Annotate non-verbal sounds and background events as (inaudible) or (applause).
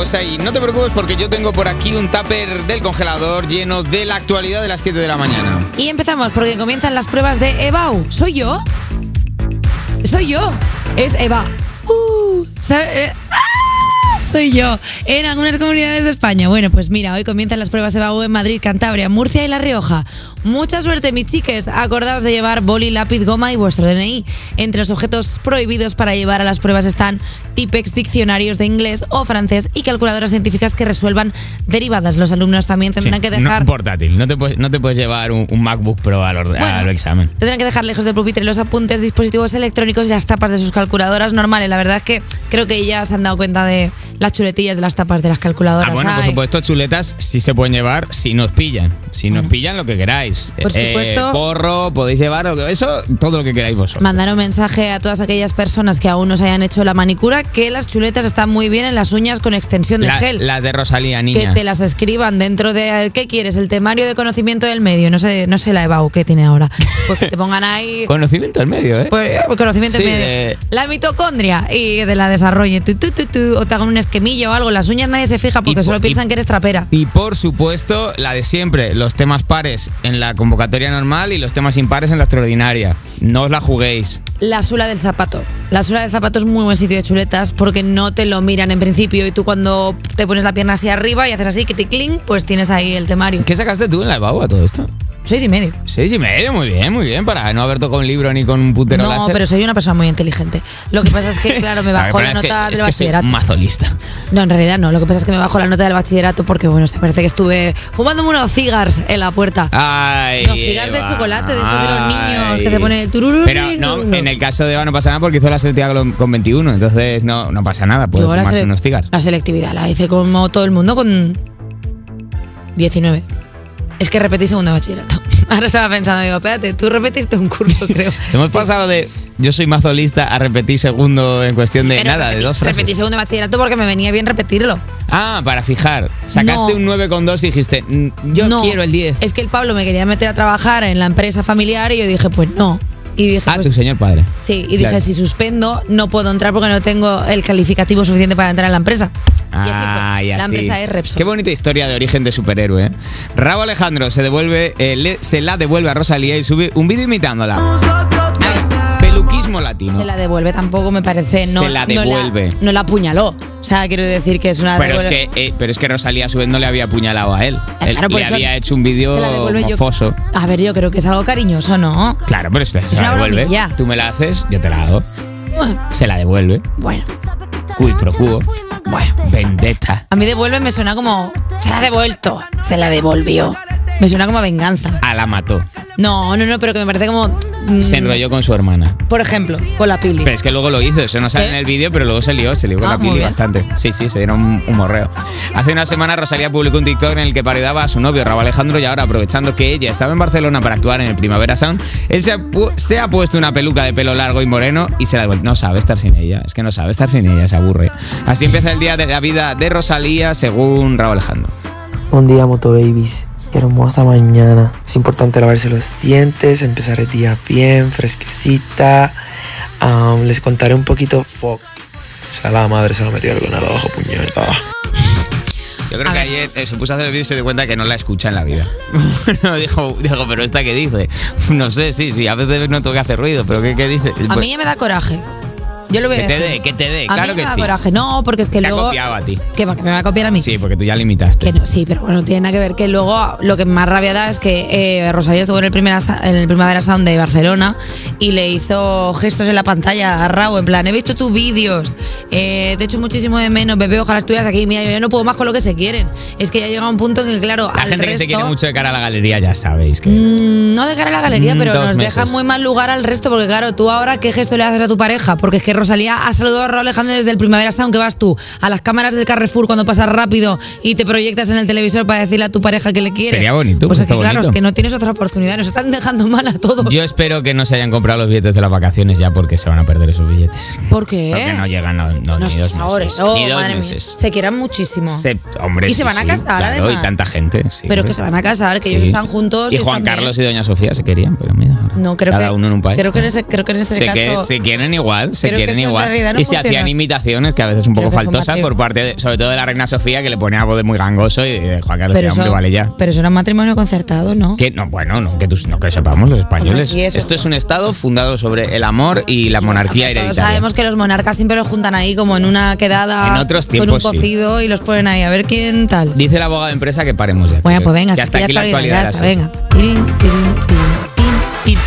Pues ahí, no te preocupes porque yo tengo por aquí un tupper del congelador lleno de la actualidad de las 7 de la mañana. Y empezamos porque comienzan las pruebas de EBAU. ¿Soy yo? Soy yo. Es Eva. Uh, ¿sabe? Eh, ¡ah! Soy yo. En algunas comunidades de España. Bueno, pues mira, hoy comienzan las pruebas EBAU en Madrid, Cantabria, Murcia y La Rioja. Mucha suerte, mis chiques. Acordaos de llevar boli, lápiz, goma y vuestro DNI. Entre los objetos prohibidos para llevar a las pruebas están tipex, diccionarios de inglés o francés y calculadoras científicas que resuelvan derivadas. Los alumnos también tendrán Sí, que no, dejar un portátil, no te puedes, no te puedes llevar un, un MacBook Pro al, orde- Bueno. al examen. Tendrán que dejar lejos del pupitre los apuntes, dispositivos electrónicos y las tapas de sus calculadoras normales. La verdad es que creo que ya se han dado cuenta de las chuletillas de las tapas de las calculadoras. Ah, bueno, por Ay, supuesto, chuletas sí se pueden llevar si nos pillan. Si nos pillan, lo que queráis. Por supuesto. Porro, podéis llevar lo que- eso, todo lo que queráis vosotros. Mandar un mensaje a todas aquellas personas que aún no se hayan hecho la manicura que las chuletas están muy bien en las uñas con extensión de La- gel. Las de Rosalía, que niña. te las escriban dentro de ¿qué quieres? El temario de conocimiento del medio, no sé, no sé la EBAU que tiene ahora. Pues que te (laughs) pongan ahí (laughs) Conocimiento al medio, ¿eh? Pues, eh, conocimiento Sí, medio. de- La mitocondria y de la desarrolle. Tu, tu, tu, tu, o te hagan un esquemilla o algo. Las uñas nadie se fija porque Y po- solo y- piensan que eres trapera. Y por supuesto, la de siempre, los temas pares en la convocatoria normal y los temas impares en la extraordinaria. No os la juguéis. La suela del zapato. La suela del zapato es muy buen sitio de chuletas porque no te lo miran en principio y tú cuando te pones la pierna hacia arriba y haces así, que te cling, pues tienes ahí el temario. ¿Qué sacaste tú en la EBAU a todo esto? Seis y medio. Seis y medio, muy bien, muy bien, para no haber tocado un libro ni con un putero no, láser. pero soy una persona muy inteligente. Lo que pasa es (laughs) que, claro, me A ver, bajó pero es la que- es nota del que soy bachillerato. un mazolista. No, en realidad no. Lo que pasa es que me bajó la nota del bachillerato porque, bueno, se parece que estuve fumándome unos cigars en la puerta. Ay, Los filas de Eva, chocolate, de esos de los niños, ay. que se pone el tururú, Pero no, tururú. en el caso de Eva no pasa nada porque hizo la selectividad con- con 21, entonces no, no pasa nada, puede Yo la, fumarse sele- unos cigarros. la selectividad la hice como todo el mundo con 19. Es que repetí segundo de bachillerato. (laughs) Ahora estaba pensando, digo, espérate, tú repetiste (laughs) un curso, creo. Hemos pasado de yo soy mazolista a repetir segundo en cuestión de Pero nada, repetí, de dos frases. Repetí segundo de bachillerato porque me venía bien repetirlo. Ah, para fijar. Sacaste No. un 9,2 y dijiste, "Mm, yo No, quiero el 10. Es que el Pablo me quería meter a trabajar en la empresa familiar y yo dije, pues no. Y dije, ah, pues, tu señor padre. Sí, y Claro. dije, si suspendo, no puedo entrar porque no tengo el calificativo suficiente para entrar a la empresa. y así Ah, fue. y La así. empresa es Repsol. Qué bonita historia de origen de superhéroe. ¿eh? Rabo Alejandro se devuelve, eh, le- se la devuelve a Rosalía y sube un vídeo imitándola. Ah, Peluquismo latino. Se la devuelve tampoco, me parece. No, Se la no devuelve. No la, apuñaló. O sea, quiero decir que es una. Pero es, devuelve- que, eh, pero es que Rosalía a su vez no le había apuñalado a él. Ah, Él claro, por le eso había hecho un se la vídeo devuelve yo- mofoso. A ver, yo creo que es algo cariñoso, ¿no? Claro, pero se, se una la devuelve. bromilla. Tú me la haces, yo te la hago. Se la devuelve. Bueno, Cui pro quo. Bueno. Vendetta. a mí devuelve me suena como. Se la ha devuelto. Se la devolvió. Me suena como venganza. A la mató. No, no, no, pero que me parece como. mm, Se enrolló con su hermana. Por ejemplo, con la pili. Pero es que luego lo hizo, eso no sale ¿Qué? en el vídeo, pero luego se lió, se lió con Ah, la muy pili bien. bastante. Sí, sí, se dieron un, un morreo. Hace una semana Rosalía publicó un TikTok en el que parodiaba a su novio, Raúl Alejandro, y ahora aprovechando que ella estaba en Barcelona para actuar en el Primavera Sound, él se ha, pu- se ha puesto una peluca de pelo largo y moreno y se la ha devuelto. No sabe estar sin ella, es que no sabe estar sin ella, se aburre. Así empieza el día de la vida de Rosalía según Raúl Alejandro. Buen día, Motobabies. Qué hermosa mañana. Es importante lavarse los dientes, empezar el día bien, fresquecita. Am, les contaré un poquito. Fuck. sea, la madre se lo metió algo en el ojo, puñeta. Yo creo A que ver. ayer eh, se puso a hacer el vídeo y se dio cuenta que no la escucha en la (laughs) vida. no, dijo, dijo, pero esta que dice. (laughs) No sé, sí, sí, a veces noto que hace ruido, pero ¿qué, qué dice? A Pues, mí ya me da coraje. Yo lo voy a Que te decir. dé, que te dé, A mí claro ya que me da sí. coraje. No, porque es que Te ha luego. copiado a ti. Que va, que me va a copiar a mí. Sí, porque tú ya limitaste. Que no, sí, pero bueno, no tiene nada que ver. Que luego lo que más rabia da es que eh, Rosalía estuvo en el, primera, sa- en el Primavera Sound de Barcelona y le hizo gestos en la pantalla a Raúl, en plan, he visto tus vídeos, eh, te echo muchísimo de menos, bebé, ojalá estuvieras aquí, mira, yo ya no puedo más con lo que se quieren. Es que ya llega un punto en que, claro, La al gente que se resto- quiere mucho de cara a la galería ya sabéis que. Mm, No de cara a la galería, Mm, pero dos nos deja meses. muy mal lugar al resto, porque claro, tú ahora qué gesto le haces a tu pareja, porque es que Rosalía ha saludado a Raúl Alejandro desde el Primavera Sound, que vas tú a las cámaras del Carrefour cuando pasas rápido y te proyectas en el televisor para decirle a tu pareja que le quieres. Sería bonito, Pues pues es que está claro, bonito. es que no tienes otra oportunidad, nos están dejando mal a todos. Yo espero que no se hayan comprado los billetes de las vacaciones ya porque se van a perder esos billetes. ¿Por qué? Porque no llegan no, no, ¿Eh? No ni sé, dos ahora, meses. no, ni dos madre mía. meses. Se quieran muchísimo. Se- hombre, sí, Y se van a sí, casar, claro, además. y tanta gente. sí, Pero hombre. que se van a casar, que ellos están juntos Y y Juan están bien. Carlos y Doña Sofía se querían, pero mira. hombre. No, creo Cada que- uno en un país. Creo que en ese, creo que en ese se, caso. que- se quieren igual, se creo que quieren eso en igual. realidad no y se hacían funciona. imitaciones que a veces un poco Creo que fue un faltosas bateo. por parte, de- sobre todo de la reina Sofía, que le ponía voz de muy gangoso y de Juan Carlos pero, decía, eso, este hombre, vale ya. pero eso era un matrimonio concertado, ¿no? Que no, bueno, no que, tú, no que sepamos los españoles. sí, eso. Esto es un estado fundado sobre el amor y la monarquía Todos hereditaria. sabemos que los monarcas siempre los juntan ahí como en una quedada En otros con un tiempos, sí. cocido y los ponen ahí a ver quién tal. Dice la abogada de empresa que paremos ya. Bueno, pues venga, Que hasta aquí la actualidad, de ya la está, serie. venga. Tin, tin, tin, tin, tin.